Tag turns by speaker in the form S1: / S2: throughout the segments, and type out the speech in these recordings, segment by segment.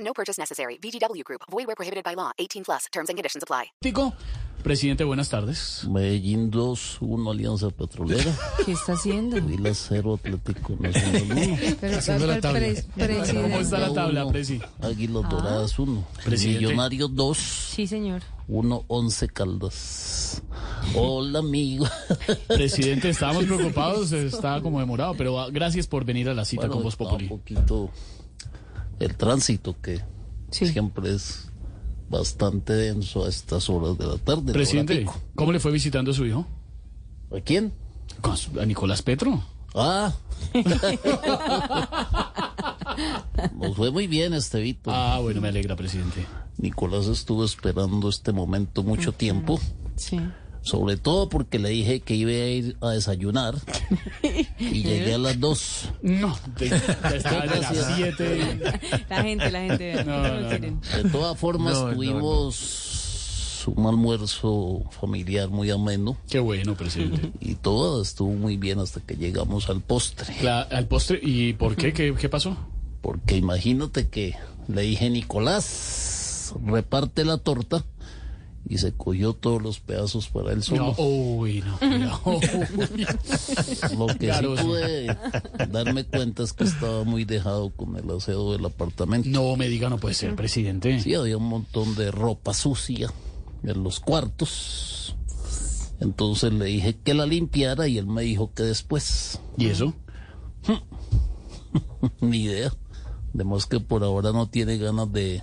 S1: No purchase necessary. VGW Group. Void where prohibited by law. 18 plus. Terms and conditions apply.
S2: Tico, presidente, buenas tardes.
S3: Medellín 2, 1 Alianza Petrolera
S4: ¿Qué está haciendo?
S3: Huila 0 Atlético Nacional 1,
S4: Pero
S2: Haciendo la
S4: tal cual
S2: tabla.
S4: pre- presidente.
S2: ¿Cómo está la tabla, Presi? Ah,
S3: Águilas Doradas 1,
S2: Presidente.
S3: Millonarios 2,
S4: Sí, señor.
S3: 1 11 Caldas. Hola amigo.
S2: Presidente, estábamos preocupados, está como demorado, pero ah, gracias por venir a la cita
S3: Bueno,
S2: con Voz
S3: está un
S4: pues,
S2: Populi.
S3: poquito el tránsito que
S4: Sí.
S3: siempre es bastante denso a estas horas de la tarde. la hora
S2: Presidente,
S3: pico.
S2: ¿cómo le fue visitando a su hijo?
S3: ¿A quién?
S2: Con su- A Nicolás Petro.
S3: Ah. Nos fue muy bien, Estevito.
S4: Pues,
S2: Ah, bueno, me alegra, presidente.
S3: Nicolás estuvo esperando este momento mucho tiempo.
S4: Sí.
S3: Sobre todo porque le dije que iba a ir a desayunar y llegué a las dos.
S2: No, te- ya está de las
S3: Gracias.
S2: 7.
S4: La gente, la gente.
S2: No,
S4: No,
S2: no,
S4: lo quieren.
S3: De todas formas tuvimos un almuerzo familiar muy ameno
S2: Qué bueno, presidente.
S3: y todo estuvo muy bien hasta que llegamos al postre.
S2: La- al postre, ¿y por qué? ¿Qué, qué pasó?
S3: Porque imagínate que le dije, Nicolás, reparte la torta y se cogió todos los pedazos para él solo.
S2: No, uy, no. no, uy.
S3: Lo que
S2: Claro, sí.
S3: sí pude darme cuenta es que estaba muy dejado con el aseo del apartamento.
S2: No me diga, no puede ser, presidente.
S3: Sí, había un montón de ropa sucia en los cuartos. Entonces le dije que la limpiara y él me dijo que después.
S2: ¿Y eso?
S3: Ni idea. Además que por ahora no tiene ganas de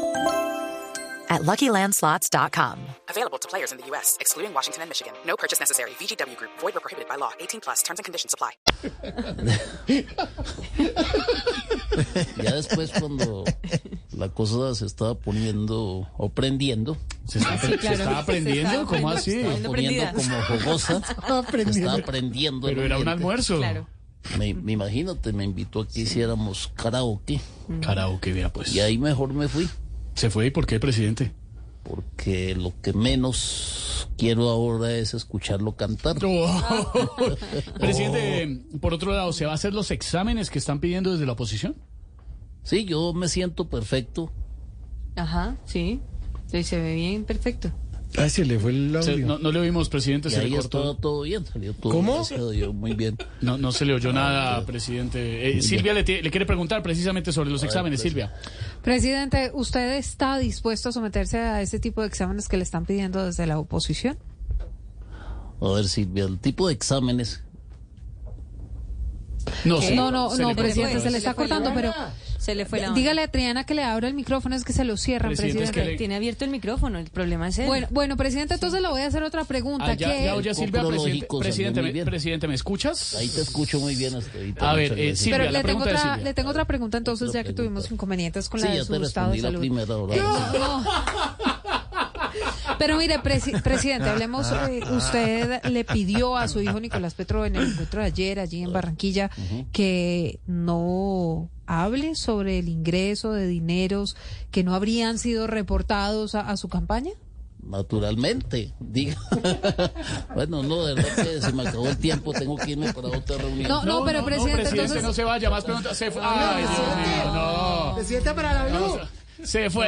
S5: at luckylandslots.com.
S6: Available to players in the U.S., excluding Washington and Michigan. No purchase necessary. VGW Group. Void where prohibited by law. 18 plus. Terms and conditions apply.
S3: Ya después cuando la cosa se estaba poniendo o prendiendo,
S2: ¿Se está,
S4: Sí, claro.
S2: ¿se está aprendiendo?
S4: Se está
S2: ¿Cómo
S4: aprendiendo,
S2: así?
S4: se está
S3: poniendo
S4: prendida.
S3: como jugosa, se estaba prendiendo. el
S2: Pero era un
S3: ambiente.
S2: almuerzo.
S4: Claro.
S3: Me, me imagínate, me invitó a que hiciéramos karaoke
S2: Karaoke, vea pues.
S3: y ahí mejor me fui.
S2: ¿Se fue y por qué, presidente?
S3: porque lo que menos quiero ahora es escucharlo cantar.
S7: Oh.
S2: presidente, por otro lado, ¿se va a hacer los exámenes que están pidiendo desde la oposición?
S3: Sí, yo me siento perfecto.
S4: Ajá, sí. Sí, se ve bien, perfecto.
S7: Ah, se le fue el
S2: Se-
S7: audio.
S2: no, no le oímos, presidente,
S3: Y
S2: se
S3: ahí
S2: le
S3: estaba
S2: cortó.
S3: todo bien, salió todo
S7: ¿Cómo?
S3: gracias a Dios, muy bien.
S2: No, no se le
S3: Ah,
S2: oyó nada, presidente. Eh, Silvia le, tie- le quiere preguntar precisamente sobre los exámenes, Silvia.
S8: Presidente, ¿usted está dispuesto a someterse a ese tipo de exámenes que le están pidiendo desde la oposición?
S3: A ver, Silvia, el tipo de exámenes.
S2: No,
S8: Eh, No, no,
S2: se le Ah,
S8: no,
S2: cortó.
S8: presidente, se le está
S4: fue la
S8: cortando, pero
S4: Se le fue la onda.
S8: dígale a Triana que le abra el micrófono, es que se lo cierran,
S2: Presidente,
S8: presidente.
S2: es que le-
S4: Tiene abierto el micrófono, el problema es él.
S8: Bueno, bueno, presidente, entonces le voy a hacer otra pregunta.
S2: Ah, ya,
S8: que-
S2: ya oye a Silvia,
S3: Compro
S2: presidente.
S3: lógico, salió
S2: Presidente,
S3: muy
S2: me,
S3: bien.
S2: presidente, ¿me
S3: Ahí
S2: escuchas?
S3: te escucho muy bien este, hasta ahorita.
S2: A
S3: muchas
S2: ver, eh,
S3: gracias.
S2: Silvia, la
S8: pero le tengo,
S2: pregunta de
S8: otra,
S2: Silvia.
S8: le tengo otra pregunta, entonces,
S3: Otra
S8: ya que
S3: pregunta.
S8: tuvimos inconvenientes con
S3: Sí,
S8: la
S3: ya
S8: de su
S3: te
S8: estado de
S3: respondí la
S8: salud.
S3: primera ahora.
S8: No, no. Pero mire, presi- presidente, hablemos. eh, usted le pidió a su hijo Nicolás Petro en el encuentro de ayer, allí en Barranquilla, que no hable sobre el ingreso de dineros que no habrían sido reportados a, a su campaña.
S3: Naturalmente, diga. bueno, no, de verdad que se me acabó el tiempo, tengo que irme para otra reunión.
S8: No, no, pero presidente,
S2: presidente,
S8: entonces-
S2: no se vaya, más preguntas. Se fue. Ay, Dios mío, no.
S7: Presidente para la luz.
S2: Se fue.